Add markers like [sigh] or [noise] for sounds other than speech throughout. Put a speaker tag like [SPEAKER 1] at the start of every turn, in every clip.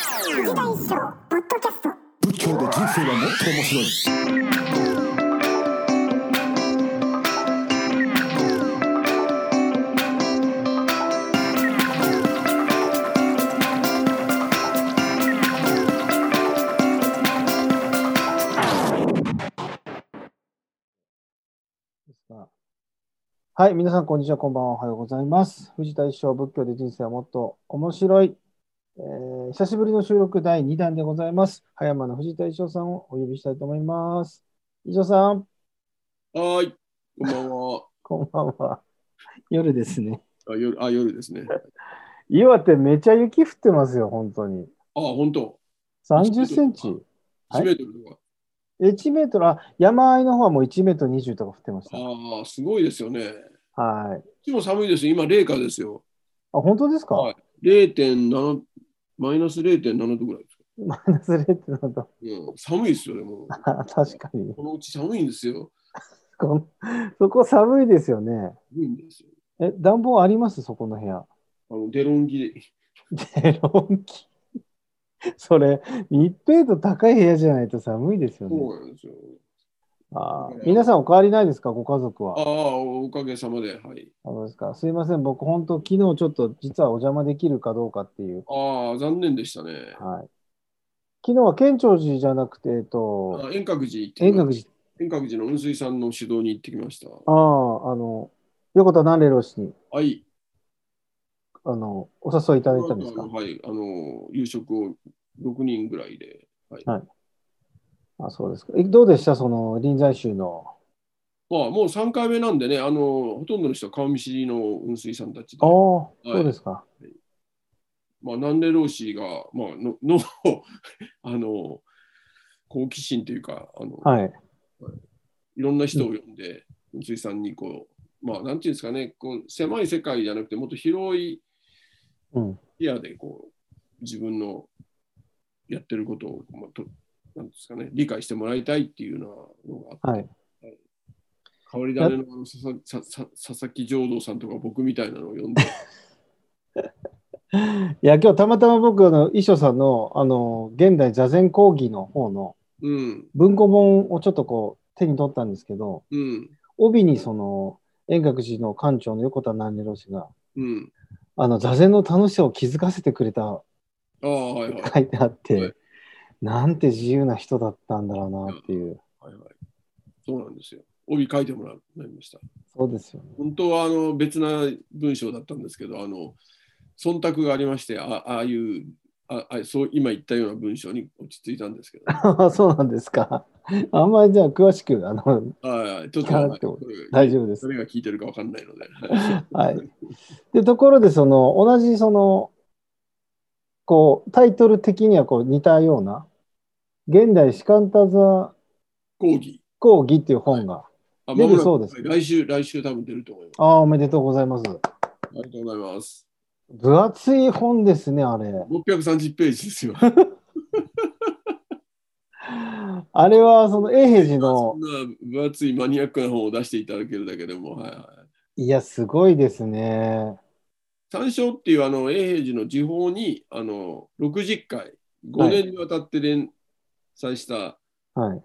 [SPEAKER 1] 時代ショーポッドキャスト
[SPEAKER 2] 仏教で人生はもっと面白い
[SPEAKER 3] はい、皆さん、こんにちは、こんばんは、おはようございます。藤田一生、仏教で人生はもっと面白い。えー久しぶりの収録第2弾でございます。葉山の藤田一生さんをお呼びしたいと思います。一生さん、
[SPEAKER 4] はーい。こんばんは。 [laughs]
[SPEAKER 3] こんばんは。夜ですね。
[SPEAKER 4] あ夜あ夜ですね。あ
[SPEAKER 3] 岩手、めちゃ雪降ってますよ、本当に。
[SPEAKER 4] 本当。
[SPEAKER 3] 30センチ。はい
[SPEAKER 4] 1メートルとか。
[SPEAKER 3] 1メートル、あ、山あいの方はもう1メートル20とか降ってました。
[SPEAKER 4] ああ、すごいですよね。
[SPEAKER 3] はい。
[SPEAKER 4] こっちも寒いですよ。今、零下ですよ。
[SPEAKER 3] あ、本当ですか、
[SPEAKER 4] はい0.7、マイナス0.7度ぐらいですか。
[SPEAKER 3] [laughs] 忘れてたんだ。
[SPEAKER 4] うん、寒いですよね、もう。
[SPEAKER 3] あ確かに。
[SPEAKER 4] このうち寒いんですよ。
[SPEAKER 3] こんそこ寒いですよね。
[SPEAKER 4] 寒いんですよ。
[SPEAKER 3] え、暖房ありますそこの部屋。 [laughs]
[SPEAKER 4] あのデロンギで。
[SPEAKER 3] デロンギ。それ、密閉度高い部屋じゃないと寒いですよね。
[SPEAKER 4] そうなんですよ。
[SPEAKER 3] あ
[SPEAKER 4] そう
[SPEAKER 3] ー皆さんお変わりないですかご家族
[SPEAKER 4] あ
[SPEAKER 3] は。
[SPEAKER 4] あ、おかげさまで。はい。
[SPEAKER 3] そうですか。すいません。僕、本当昨日ちょっと実はお邪魔できるかどうかっていう。
[SPEAKER 4] ああ、残念でしたね。
[SPEAKER 3] はい。昨日は県庁寺じゃなくて、えっと、
[SPEAKER 4] あ遠隔寺行ってきま
[SPEAKER 3] 遠
[SPEAKER 4] した
[SPEAKER 3] 隔寺。
[SPEAKER 4] 遠隔寺の雲水さんの指導に行ってきました。
[SPEAKER 3] ああ、あの、横田南霊老師に、
[SPEAKER 4] はい。
[SPEAKER 3] あの、お誘いいただいたんですか
[SPEAKER 4] はい、あの、夕食を6人ぐらいで。
[SPEAKER 3] あ、そうですか。え、どうでしたその、臨済宗の。
[SPEAKER 4] まあ、もう3回目なんでね、あの、ほとんどの人は顔見知りの雲水さんたちで
[SPEAKER 3] ああ、、そ
[SPEAKER 4] いう
[SPEAKER 3] ですか。
[SPEAKER 4] まあ、南霊老師が、まあ、の、 [laughs] のあの、好奇心というか、あの、
[SPEAKER 3] はい。
[SPEAKER 4] いろんな人を呼んで、雲水さんにこう、まあ、なんていうんですかね、こう、狭い世界じゃなくて、もっと広い
[SPEAKER 3] うん。
[SPEAKER 4] 視野で、こう、自分のやってることを、まあ、となんですかね、理解してもらいたいっていうようなのがあって、
[SPEAKER 3] はい。
[SPEAKER 4] 変わり種のあの佐々ささ佐々木浄土さんとか僕みたいなのを
[SPEAKER 3] [laughs]
[SPEAKER 4] 呼んで、
[SPEAKER 3] いや、今日たまたま僕、あの、衣装さんの、あの、現代座禅講義の方の
[SPEAKER 4] うん、
[SPEAKER 3] 文庫本をちょっとこう、手に取ったんですけど、
[SPEAKER 4] うん、
[SPEAKER 3] 帯にその、円覚寺の館長の横田南郎氏が、
[SPEAKER 4] うん。
[SPEAKER 3] あの、座禅の楽しさを気づかせてくれた、
[SPEAKER 4] ああ、はいはい。
[SPEAKER 3] 書いてあっ
[SPEAKER 4] は
[SPEAKER 3] て
[SPEAKER 4] い、
[SPEAKER 3] なんて自由な人だったんだろうなっていう。
[SPEAKER 4] はいはい、そうなんですよ。帯書いてもらうなりました。
[SPEAKER 3] そうですよね。 [laughs]
[SPEAKER 4] 本当はあの別な文章だったんですけど、あの忖度がありまして、あああいうああそう、今言ったような文章に落ち着いたんですけど、
[SPEAKER 3] そうなんですか。あんまりじゃあ詳しく、あの、
[SPEAKER 4] はいはい、ちょ
[SPEAKER 3] 聞
[SPEAKER 4] っと、
[SPEAKER 3] か
[SPEAKER 4] は
[SPEAKER 3] なく
[SPEAKER 4] い
[SPEAKER 3] ても
[SPEAKER 4] これ
[SPEAKER 3] 大丈夫です。
[SPEAKER 4] 誰が聞いてるかわかんないので、はい
[SPEAKER 3] はい。で、ところで、その、同じ、その、こう、タイトル的にはこう似たような、現代士官多座
[SPEAKER 4] 講義。
[SPEAKER 3] 講義っていう本が、
[SPEAKER 4] あ
[SPEAKER 3] 出る
[SPEAKER 4] まもなく
[SPEAKER 3] そうです
[SPEAKER 4] 来週、来週多分出ると思います。
[SPEAKER 3] ああ、おめでとうございます。
[SPEAKER 4] ありがとうございます。
[SPEAKER 3] 分厚い本ですね、あれ。
[SPEAKER 4] 630ページですよ。
[SPEAKER 3] あれは、その、永平寺
[SPEAKER 4] そ
[SPEAKER 3] の
[SPEAKER 4] ん、な分厚いマニアックな本を出していただけるだけでも、はいはい、
[SPEAKER 3] いや、すごいですね。
[SPEAKER 4] 三章っていうあの永平寺の時報にあの60回
[SPEAKER 3] は
[SPEAKER 4] 5
[SPEAKER 3] い
[SPEAKER 4] 年にわたって連載した、
[SPEAKER 3] は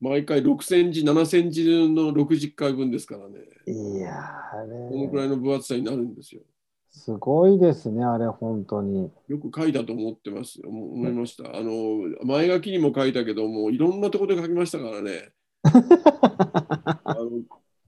[SPEAKER 4] 毎回6000字7000字の60回分ですからね
[SPEAKER 3] い。いや
[SPEAKER 4] この
[SPEAKER 3] ー、
[SPEAKER 4] く
[SPEAKER 3] あ
[SPEAKER 4] ら
[SPEAKER 3] れ、
[SPEAKER 4] いの分厚さになるんですよ
[SPEAKER 3] すごいですね、あれ、本当に。
[SPEAKER 4] よく書いたと思ってますよ思思いましたあの前書きにも書いたけどもういろんなところで書きましたからねあの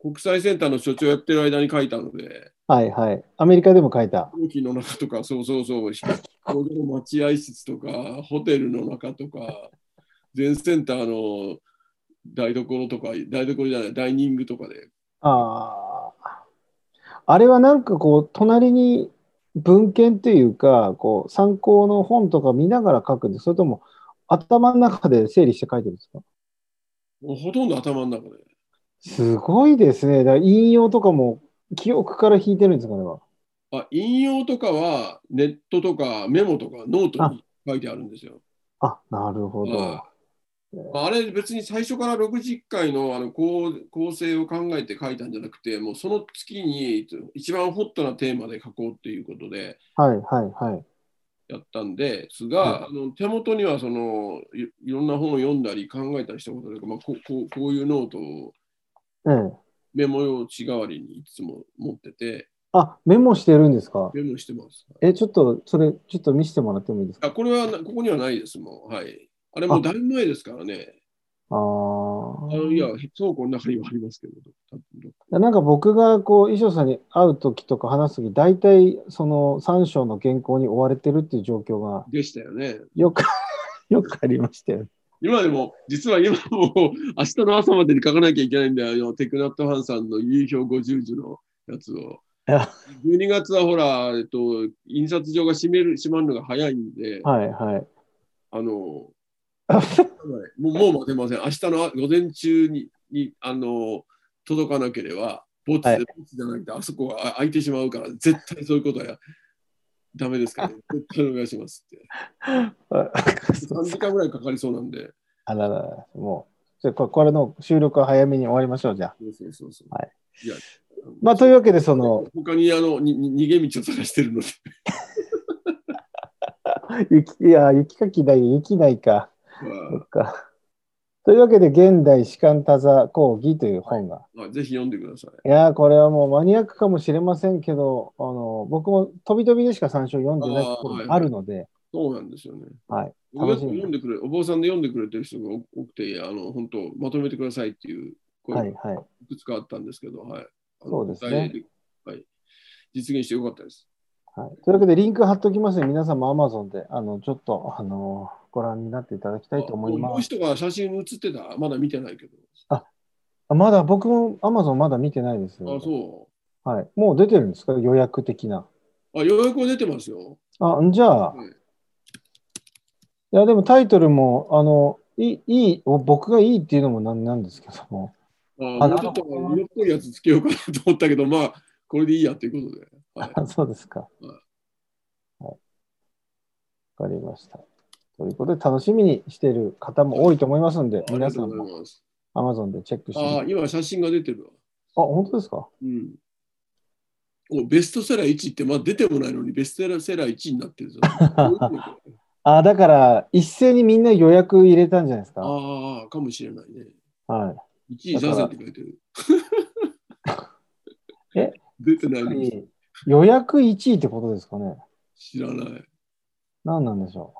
[SPEAKER 4] 国際センターの所長やってる間に書いたので
[SPEAKER 3] はいはい。アメリカでも書いた。
[SPEAKER 4] 飛行機の中とか、そうそうそう、飛行機の待合室とか、ホテルの中とか、全センターの台所とか、台所じゃない、ダイニングとかで、
[SPEAKER 3] ああ。あれはなんかこう、隣に文献というか、こう、参考の本とか見ながら書くんですそれとも、頭の中で整理して書いてるんですか
[SPEAKER 4] もうほとんど頭の中で。
[SPEAKER 3] すごいですね。だから引用とかも、記憶から引いてるんですかね。あれは
[SPEAKER 4] あ引用とかは、ネットとかメモとかノートに書いてあるんですよ。
[SPEAKER 3] あ、なるほど。
[SPEAKER 4] ああれ別に最初から60回のあの構構成を考えて書いたんじゃなくて、もうその月に一番ホットなテーマで書こうっていうことで、
[SPEAKER 3] はいはいはい。
[SPEAKER 4] やったんですが、あの手元にはそのいいろんな本を読んだり考えたりしたことで、まあ、ここうこういうノートを
[SPEAKER 3] ええ。
[SPEAKER 4] メモ用紙代わりにいつも持ってて、
[SPEAKER 3] あ、メモしてるんですか
[SPEAKER 4] メモしてます。
[SPEAKER 3] え、ちょっと、それ、ちょっと見せてもらってもいいですか
[SPEAKER 4] あこれはなここにはないですもん。はい。あれもうだいぶ前ですからね。
[SPEAKER 3] あ
[SPEAKER 4] あ
[SPEAKER 3] あ。
[SPEAKER 4] いや、倉庫の中にはありますけど。多分
[SPEAKER 3] なんか僕が、こう、衣装さんに会うときとか話すとき、大体、その3章の原稿に追われてるっていう状況が、
[SPEAKER 4] でしたよね。
[SPEAKER 3] よく、 [laughs] よくありましたよね。
[SPEAKER 4] 今でも、実は今もう明日の朝までに書かなきゃいけないんだよあの。テクナットハンさんの優評50字のやつ
[SPEAKER 3] [laughs]
[SPEAKER 4] を
[SPEAKER 3] あ。
[SPEAKER 4] 12月はほら、えっと、印刷所が閉める、閉まるのが早いんで、
[SPEAKER 3] はい、はい。 [laughs]
[SPEAKER 4] あの、もうもう待てません。明日の午前中ににあの届かなければ、ボツ
[SPEAKER 3] は
[SPEAKER 4] で
[SPEAKER 3] い
[SPEAKER 4] ボツじゃなくて、あそこはあ空いてしまうから、絶対そういうことはやダメですから、ね、絶対お願いします
[SPEAKER 3] [laughs]
[SPEAKER 4] って。3時間ぐらいかかりそうなんで、
[SPEAKER 3] あららら、もう、じゃあこれこれの収録は早めに終わりましょう、じゃあ。
[SPEAKER 4] そうそうそうそう。
[SPEAKER 3] はい
[SPEAKER 4] いや
[SPEAKER 3] まあ、というわけで、その、
[SPEAKER 4] 他にあのにに逃げ道を探してるので、
[SPEAKER 3] 雪、いや、雪かきない、雪ないか。そ
[SPEAKER 4] ま
[SPEAKER 3] っか。というわけで、現代士官多座講義という本が。
[SPEAKER 4] [laughs] あまあ、ぜひ読んでください。
[SPEAKER 3] いやー、これはもうマニアックかもしれませんけど、あの、僕も飛び飛びでしか参照読んでないところもあるので、
[SPEAKER 4] そうなんですよね。
[SPEAKER 3] はい。
[SPEAKER 4] 僕が
[SPEAKER 3] 楽しみ
[SPEAKER 4] 読んでくれお坊さんで読んでくれてる人が多くて、あの本当、まとめてくださいっていう声が
[SPEAKER 3] はい、はい。
[SPEAKER 4] いくつかあったんですけど、はい。あの
[SPEAKER 3] そうですね。
[SPEAKER 4] 大はい。実現してよかったです。
[SPEAKER 3] はい、というわけで、リンク貼っておきますので、皆さんも Amazon で、あの、ちょっと、あの、ご覧になっていただきたいと思い
[SPEAKER 4] あもう
[SPEAKER 3] ま
[SPEAKER 4] 表
[SPEAKER 3] す。
[SPEAKER 4] 紙とか写真写ってたまだ見てないけど。
[SPEAKER 3] あまだ、僕も Amazon まだ見てないです。
[SPEAKER 4] あ、そ
[SPEAKER 3] はい。もう出てるんですか予約的な。
[SPEAKER 4] う。あ、ようやく出てますよ。
[SPEAKER 3] あ、じゃあ、
[SPEAKER 4] うん
[SPEAKER 3] いや、でもタイトルも、あの、いい、いい、お僕がいいっていうのもなんなんですけども。
[SPEAKER 4] あ
[SPEAKER 3] あ
[SPEAKER 4] もうちょっと
[SPEAKER 3] なるほど
[SPEAKER 4] 色っぽいやつつけようかなと思ったけど、まあ、これでいいやということで。はい、
[SPEAKER 3] あそうですか。
[SPEAKER 4] うん
[SPEAKER 3] はい。わかりました。ということで、楽しみにしている方も多いと思いますので、
[SPEAKER 4] あり
[SPEAKER 3] 皆
[SPEAKER 4] がと
[SPEAKER 3] さん
[SPEAKER 4] うご
[SPEAKER 3] も
[SPEAKER 4] ざいます。
[SPEAKER 3] Amazon でチェックしてみて。
[SPEAKER 4] あ
[SPEAKER 3] あ、、
[SPEAKER 4] 今写真が出てるわ。
[SPEAKER 3] 本当ですか
[SPEAKER 4] うん。おベストセラー1って、まあ、出てもないのにベストセラー1になっ
[SPEAKER 3] [laughs]
[SPEAKER 4] てるぞ。どういうことこれ
[SPEAKER 3] あ、だから、一斉にみんな予約入れたんじゃないですか。
[SPEAKER 4] ああ、かもしれないね。
[SPEAKER 3] はい。
[SPEAKER 4] 1位出せって書いてる。
[SPEAKER 3] え
[SPEAKER 4] [laughs] 出てないのに
[SPEAKER 3] 予約1位ってことですかね。
[SPEAKER 4] 知らない。
[SPEAKER 3] 何なんでしょ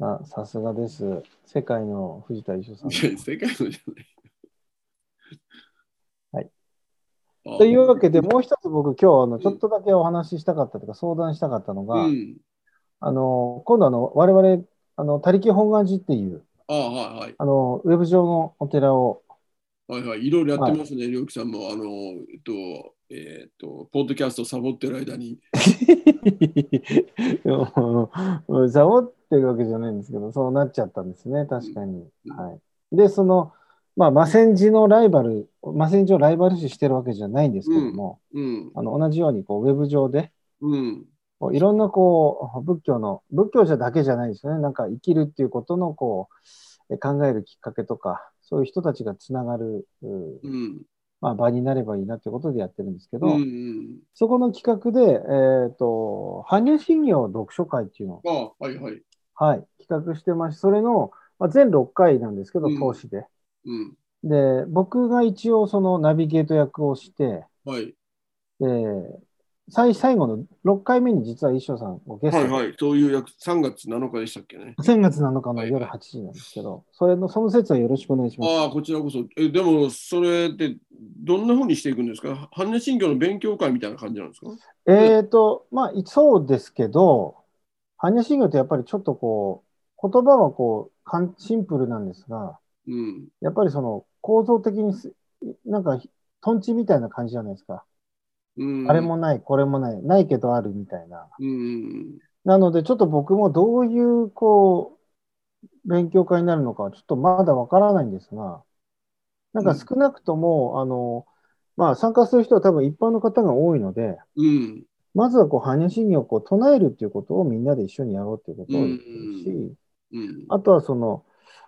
[SPEAKER 3] う。あ、さすがです。世界の藤田一生さん。
[SPEAKER 4] いや、世界のじゃない。
[SPEAKER 3] はい
[SPEAKER 4] あ。
[SPEAKER 3] というわけで、もう一つ僕、今日あの、ちょっとだけお話ししたかったというか、相談したかったのが、
[SPEAKER 4] うん。
[SPEAKER 3] あの、今度あの、我々、あの、他力本願寺っていう、
[SPEAKER 4] ああ、はい
[SPEAKER 3] あの、ウェブ上のお寺を、
[SPEAKER 4] はい。はいはい。いろいろやってますね、りょうきさんも。あの、えっと、えっと、ポッドキャストサボってる間に。
[SPEAKER 3] うんザボってるわけじゃないんですけど、そうなっちゃったんですね、確かに。
[SPEAKER 4] うん
[SPEAKER 3] はい。で、その、まあ、魔仙寺のライバル、魔仙寺をライバル視してるわけじゃないんですけども、
[SPEAKER 4] うん。
[SPEAKER 3] あの、同じように、こう、ウェブ上で、
[SPEAKER 4] うん。
[SPEAKER 3] こういろんなこう仏教の仏教じゃだけじゃないですよねなんか生きるっていうことのこうえ考えるきっかけとかそういう人たちがつながる、う
[SPEAKER 4] うん。
[SPEAKER 3] まあ、場になればいいなということでやってるんですけど、
[SPEAKER 4] うんうん。
[SPEAKER 3] そこの企画で、えっと羽生信業読書会っていうのを、
[SPEAKER 4] ああ、はいはい。
[SPEAKER 3] はい、企画してましてそれの、まあ、全6回なんですけど
[SPEAKER 4] うん
[SPEAKER 3] 投資で。
[SPEAKER 4] うん。
[SPEAKER 3] で僕が一応そのナビゲート役をして
[SPEAKER 4] はい。
[SPEAKER 3] で最最後の6回目に実は衣装さんをゲスト
[SPEAKER 4] は
[SPEAKER 3] で
[SPEAKER 4] いはい。そういう約3月7日でしたっけね。
[SPEAKER 3] 先月7日の
[SPEAKER 4] はい
[SPEAKER 3] 夜
[SPEAKER 4] は
[SPEAKER 3] 8時なんですけど、それの、その説はよろしくお願いします。
[SPEAKER 4] ああ、こちらこそ。え、でも、それって、どんなふうにしていくんですか般若心経の勉強会みたいな感じなんですか
[SPEAKER 3] えっ、と、まあ、いそうですけど、般若心経ってやっぱりちょっとこう、言葉はこう、かんシンプルなんですが、
[SPEAKER 4] うん。
[SPEAKER 3] やっぱりその構造的にす、なんか、トンチみたいな感じじゃないですか。
[SPEAKER 4] うん。
[SPEAKER 3] あれもない、これもない、ないけどあるみたいな。
[SPEAKER 4] うん。うん。
[SPEAKER 3] なので、ちょっと僕もどういう、こう、勉強会になるのかは、ちょっとまだわからないんですが、なんか少なくとも、あの、まあ、参加する人は多分一般の方が多いので、
[SPEAKER 4] うん。
[SPEAKER 3] まずはこう、般若心経をこう唱えるっていうことをみんなで一緒にやろうっていうことを言ってる
[SPEAKER 4] う
[SPEAKER 3] し、
[SPEAKER 4] うん。
[SPEAKER 3] あとはその、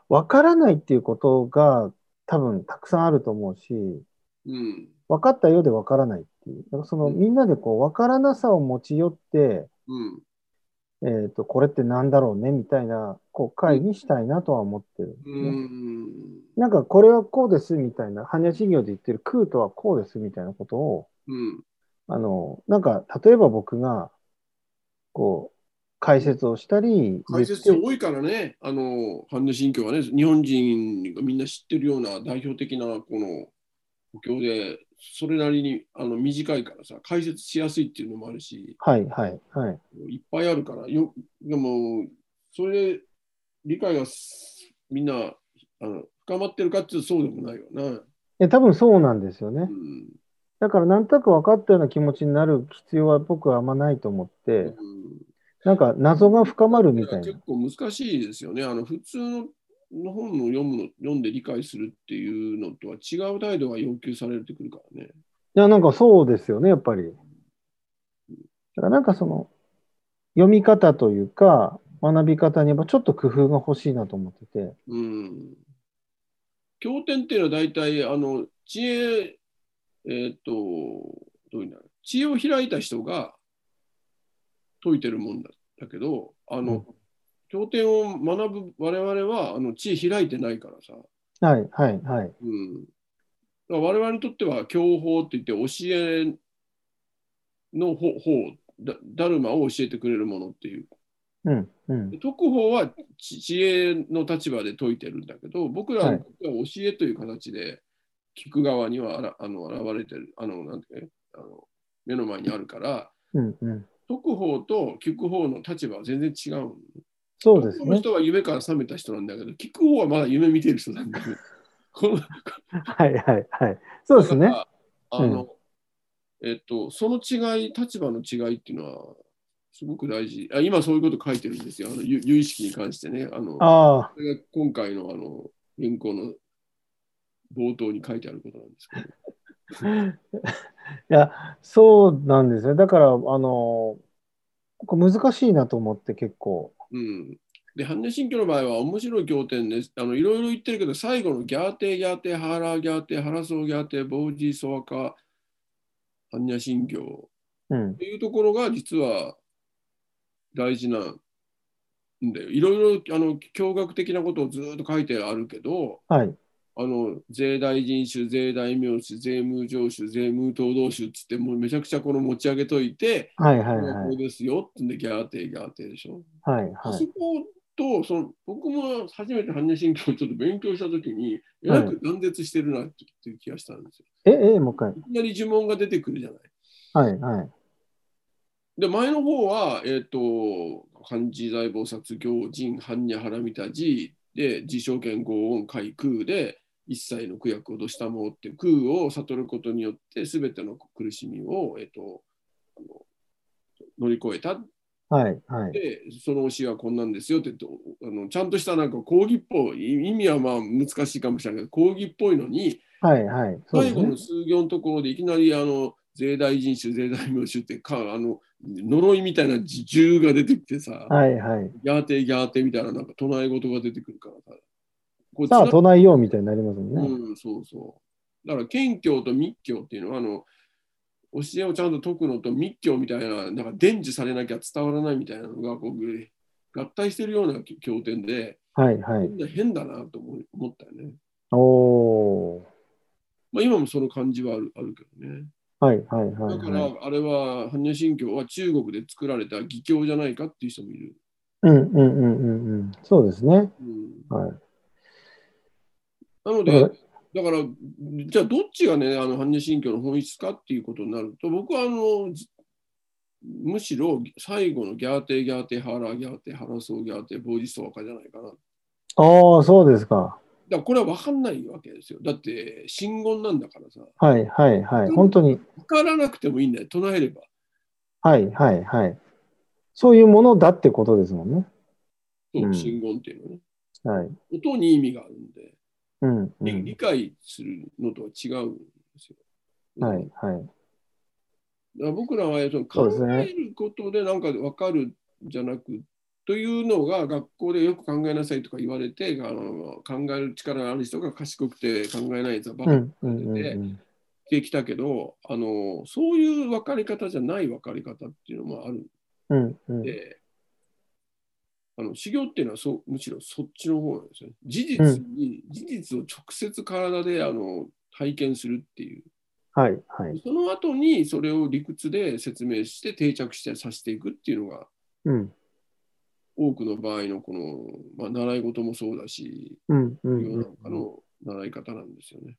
[SPEAKER 3] わからないっていうことが多分たくさんあると思うし、
[SPEAKER 4] うん。
[SPEAKER 3] 分かったようでわからないっていう、なんかそのみんなでこう、わからなさを持ち寄って、
[SPEAKER 4] うん。
[SPEAKER 3] えっ、と、これってなんだろうね、みたいな、こう、会議したいなとは思ってる、
[SPEAKER 4] うーん。
[SPEAKER 3] なんか、これはこうです、みたいな、般若心経で言ってる、空とはこうです、みたいなことを、
[SPEAKER 4] うん。
[SPEAKER 3] あの、なんか、例えば僕が、こう、解説をしたり、
[SPEAKER 4] 解説
[SPEAKER 3] 言っ
[SPEAKER 4] 多いからね、あの、般若心経はね、日本人がみんな知ってるような代表的なこのお経で、それなりにあの短いからさ、解説しやすいっていうのもあるし、
[SPEAKER 3] はい、はい、はい。
[SPEAKER 4] いっぱいあるから、よでも、それで理解がすみんなあの深まってるかっていうとそうでもないよな。
[SPEAKER 3] え、多分そうなんですよね。
[SPEAKER 4] うん
[SPEAKER 3] だから、なんとなく分かったような気持ちになる必要は僕はあんまないと思って、なんか、謎が深まるみたいな。
[SPEAKER 4] 結構難しいですよね。あの普通のの本を読むの読んで理解するっていうのとは違う態度が要求されてくるからね。
[SPEAKER 3] いや、なんかそうですよね、やっぱり。だからなんかその、読み方というか、学び方にやっぱちょっと工夫が欲しいなと思ってて。
[SPEAKER 4] うん。経典っていうのは大体あの知恵えーっとどういうんだろう知恵を開いた人が解いてるもんだだけどあの、経典を学ぶ我々はあの知恵開いてないからさ。
[SPEAKER 3] はい、はい、はい。
[SPEAKER 4] うん、だから我々にとっては教法って言って教えの方だダルマを教えてくれるものっていう
[SPEAKER 3] うん、うん。
[SPEAKER 4] で特法は知知恵の立場で説いてるんだけど僕ら
[SPEAKER 3] は
[SPEAKER 4] はい教えという形で聞く側にはあらあの現れてるあのなんていうのあの目の前にあるから
[SPEAKER 3] うん、うん。
[SPEAKER 4] 特法と聞く方の立場は全然違う
[SPEAKER 3] そうです
[SPEAKER 4] この
[SPEAKER 3] ね。
[SPEAKER 4] 人は夢から覚めた人なんだけど聞く方はまだ夢見てる人なん
[SPEAKER 3] [laughs]
[SPEAKER 4] だけどこの
[SPEAKER 3] はい、はい、はい。そうです
[SPEAKER 4] だ
[SPEAKER 3] ね。
[SPEAKER 4] からあの、えっと、その違い、立場の違いっていうのは、すごく大事あ。今そういうこと書いてるんですよ。あのゆ有意識に関してね。あの
[SPEAKER 3] ああ、
[SPEAKER 4] これが今回のあの原稿の冒頭に書いてあることなんですけど。
[SPEAKER 3] いや、そうなんですね。だから、あの、ここ難しいなと思って結構。
[SPEAKER 4] うん、で、般若心経の場合は面白い経典です。あのいろいろ言ってるけど、最後のギャーテーギャーテー、ハーラーギャーテー、ハラソーギャーテー、ボージーソワカ、般若心経。
[SPEAKER 3] うん
[SPEAKER 4] っ、ていうところが実は大事なんだよ。いろいろあの教学的なことをずっと書いてあるけど、
[SPEAKER 3] はい。
[SPEAKER 4] あの税大人種、税大名種、税務上種、税務東道種っつって、もうめちゃくちゃこの持ち上げといて、
[SPEAKER 3] はい、はい、
[SPEAKER 4] こう
[SPEAKER 3] は
[SPEAKER 4] こう
[SPEAKER 3] い。
[SPEAKER 4] ですよってんで、ギャーテーギャーテーでしょ。
[SPEAKER 3] はい、
[SPEAKER 4] あ
[SPEAKER 3] は
[SPEAKER 4] そ
[SPEAKER 3] い。
[SPEAKER 4] ことその僕も初めて般若心経をちょっと勉強したときに、えらく断絶してるなっていう気がしたんですよ。
[SPEAKER 3] え、え、もう一回。
[SPEAKER 4] いきなり呪文が出てくるじゃな
[SPEAKER 3] は
[SPEAKER 4] い。
[SPEAKER 3] い、はい。
[SPEAKER 4] で、前の方は、えっ、と、漢字財宝殺行人、般若腹見た字で、自称権合音開空で、一切の苦役をどしたもうって、空を悟ることによって、すべての苦しみを、えっ、と、あの乗り越えたっ
[SPEAKER 3] はい、はい。
[SPEAKER 4] て、その教えはこんなんですよって言っておあの、ちゃんとしたなんか講義っぽい、意味はまあ難しいかもしれないけど、講義っぽいのに、
[SPEAKER 3] はい、はい。そうです
[SPEAKER 4] 最後
[SPEAKER 3] ね
[SPEAKER 4] の。数行のところでいきなりあの税大人種、税大名種ってかあの呪いみたいな銃が出てきてさ、
[SPEAKER 3] はい、はい。
[SPEAKER 4] ギャーテーギャーテーみたいななんか唱え事が出てくるからさ。これ
[SPEAKER 3] さあ、
[SPEAKER 4] つな
[SPEAKER 3] 唱えようみたいになりますもんね。
[SPEAKER 4] うん、そうそう。だから謙虚と密教っていうのはあの教えをちゃんと解くのと密教みたいな、なんか伝授されなきゃ伝わらないみたいなのがこう合体してるような経典で、
[SPEAKER 3] はいはい。
[SPEAKER 4] 変だなと思い思ったよね。
[SPEAKER 3] おー。
[SPEAKER 4] まあ、今もその感じはあるあるけどね。
[SPEAKER 3] はいはいは
[SPEAKER 4] だ
[SPEAKER 3] い、
[SPEAKER 4] から
[SPEAKER 3] はい。
[SPEAKER 4] あれは般若心経は中国で作られた義経じゃないかっていう人もいる。
[SPEAKER 3] うんうんうんうんうん。そうですね。
[SPEAKER 4] うん
[SPEAKER 3] はい。
[SPEAKER 4] なの
[SPEAKER 3] だ
[SPEAKER 4] で
[SPEAKER 3] か
[SPEAKER 4] だからじゃあどっちがねあの般若心経の本質かっていうことになると僕はあのじむしろ最後のギャーテーギャーテーハーラーギャーテーハラソーギャーテーボージソワカじゃないかな。だか
[SPEAKER 3] ああ、そうですか。
[SPEAKER 4] らこれは分かんないわけですよ。だって真言なんだからさ。
[SPEAKER 3] はいはいはい。本当に。
[SPEAKER 4] 分からなくてもいいんだよ。唱えれば。
[SPEAKER 3] はいはいはい。そういうものだってことですもんね。
[SPEAKER 4] そううん真言っていうのはね。
[SPEAKER 3] はい。
[SPEAKER 4] 音に意味があるんで。
[SPEAKER 3] うん、う
[SPEAKER 4] 理
[SPEAKER 3] ん。
[SPEAKER 4] 理解するのとは違うんですよ。
[SPEAKER 3] はいはい。
[SPEAKER 4] だから僕らはその
[SPEAKER 3] そう
[SPEAKER 4] 考
[SPEAKER 3] ですね
[SPEAKER 4] えることでなんか分かるじゃなくというのが学校でよく考えなさいとか言われてあの考える力がある人が賢くて考えないやつはバ
[SPEAKER 3] う
[SPEAKER 4] カっ
[SPEAKER 3] んうんうんうん。
[SPEAKER 4] てきたけど、あのそういう分かり方じゃない分かり方っていうのもあるん
[SPEAKER 3] うんうん。
[SPEAKER 4] で、あの修行っていうのはそうむしろそっちの方なんですよね。事実に、事実を直接体であの体験するっていう。
[SPEAKER 3] はい、はい。
[SPEAKER 4] その後にそれを理屈で説明して定着してさせていくっていうのが
[SPEAKER 3] うん、
[SPEAKER 4] 多くの場合のこの、まあ、習い事もそうだし、
[SPEAKER 3] うん、う
[SPEAKER 4] 世
[SPEAKER 3] ん
[SPEAKER 4] の中
[SPEAKER 3] うん。
[SPEAKER 4] の習い方なんですよね。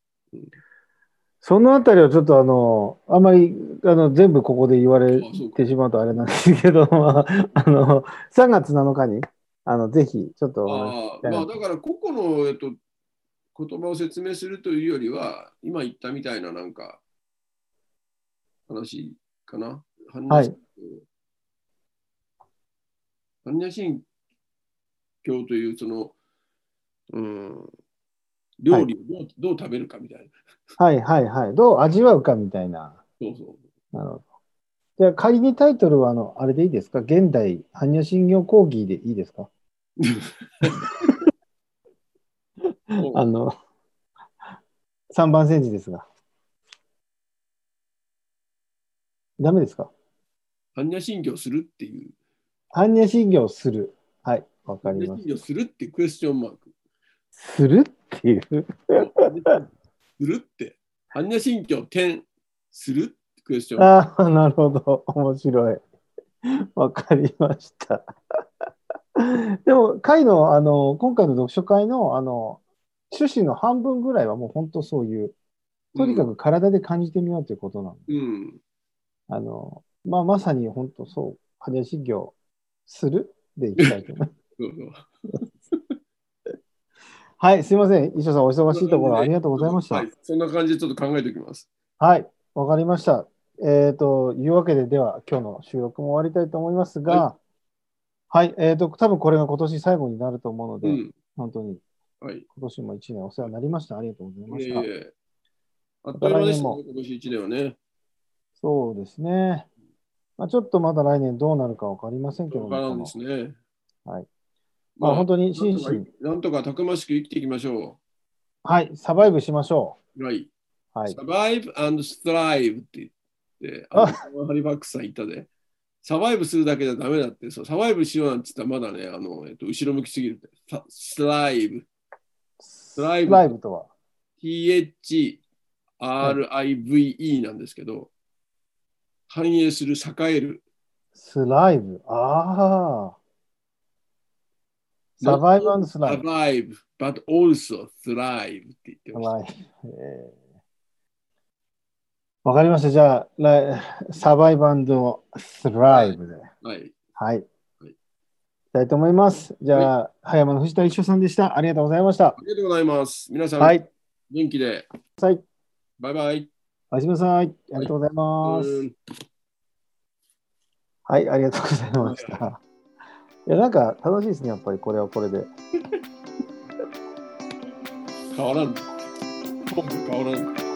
[SPEAKER 3] そのあたりはちょっとあの、あまり、あの、全部ここで言われ
[SPEAKER 4] あそうか
[SPEAKER 3] てしまうとあれなんですけど、 [laughs] まあ、あの、3月7日に、あの、ぜひ、ちょっとお話し
[SPEAKER 4] ああまあだから個々の、えっと、言葉を説明するというよりは今言ったみたいななんか話かな。般若心経般若心経というその、うん、料理をどう,、どう食べるかみたいな。
[SPEAKER 3] はい、はい、はい。どう味わうかみたいな。
[SPEAKER 4] そうそう。 [laughs]
[SPEAKER 3] なるほど。じゃあ仮にタイトルは、あの、あれでいいですか現代般若心経講義でいいですかあ [laughs] の、3番煎じですが。ダメですか
[SPEAKER 4] 般若心経するっていう。
[SPEAKER 3] 般若心経をする。はい、わか
[SPEAKER 4] 般
[SPEAKER 3] り
[SPEAKER 4] 若
[SPEAKER 3] ます。
[SPEAKER 4] 心経するってクエスチョンマーク。
[SPEAKER 3] するっていう。
[SPEAKER 4] するって。般若心経点。するってクエスチョンマーク
[SPEAKER 3] ああ、なるほど。面白い。わかりました。でも、回の、あの、今回の読書会の、あの、趣旨の半分ぐらいはもう本当そういう、とにかく体で感じてみようということなんで
[SPEAKER 4] うん、
[SPEAKER 3] あの、まあ、まさに本当そう、羽田修行するでいきたいと思います。
[SPEAKER 4] そうそう。
[SPEAKER 3] はい、すいません。石田さん、お忙しいところありがとうございました
[SPEAKER 4] は。い、そんな感じでちょっと考えておきます。
[SPEAKER 3] はい、わかりました。えっ、と、いうわけで、では、今日の収録も終わりたいと思いますが、はい、えっ、と、多分これが今年最後になると思うので、
[SPEAKER 4] うん、
[SPEAKER 3] 本当に
[SPEAKER 4] はい。
[SPEAKER 3] 今年も一年お世話になりました。ありがとうございま
[SPEAKER 4] いえ
[SPEAKER 3] し
[SPEAKER 4] い
[SPEAKER 3] た。
[SPEAKER 4] えあっという間でしたね、今年一年はね。
[SPEAKER 3] そうですね。まあ、ちょっとまだ来年どうなるかわかりませんけど
[SPEAKER 4] わからん
[SPEAKER 3] も
[SPEAKER 4] で、すね。
[SPEAKER 3] はい。まあ、本当に心身、
[SPEAKER 4] なんとかたくましく生きていきましょ
[SPEAKER 3] はい、サバイブしましょ
[SPEAKER 4] う。はい。
[SPEAKER 3] う。はい。
[SPEAKER 4] survive and strive って言って、あのハリファックスさん言ったで。サバイブするだけじゃダメだって、そうサバイブしようなんて言ったらまだね、あの、えっと、後ろ向きすぎるって。さスライブ、
[SPEAKER 3] ス
[SPEAKER 4] スライブ
[SPEAKER 3] ライブとは。
[SPEAKER 4] THRIVE なんですけど、反映する、栄える、
[SPEAKER 3] スライブ。ああ。サバイブスライブ。
[SPEAKER 4] survive, but also thrive って言ってました。
[SPEAKER 3] はいえーわかりました。じゃあ、来サバイブスライブで。
[SPEAKER 4] はい。
[SPEAKER 3] はい。いきたいと思います。じゃあ、葉山の藤田一生さんでした。ありがとうございました
[SPEAKER 4] あ。りがとうございます。皆さん、
[SPEAKER 3] はい。
[SPEAKER 4] 元気で。
[SPEAKER 3] はい
[SPEAKER 4] バイバイ。
[SPEAKER 3] おやすみなさい。ありがとうございます。
[SPEAKER 4] うん
[SPEAKER 3] はい、ありがとうございました。いや、なんか楽しいですね。やっぱりこれはこれで。
[SPEAKER 4] 変わらん。変わらん。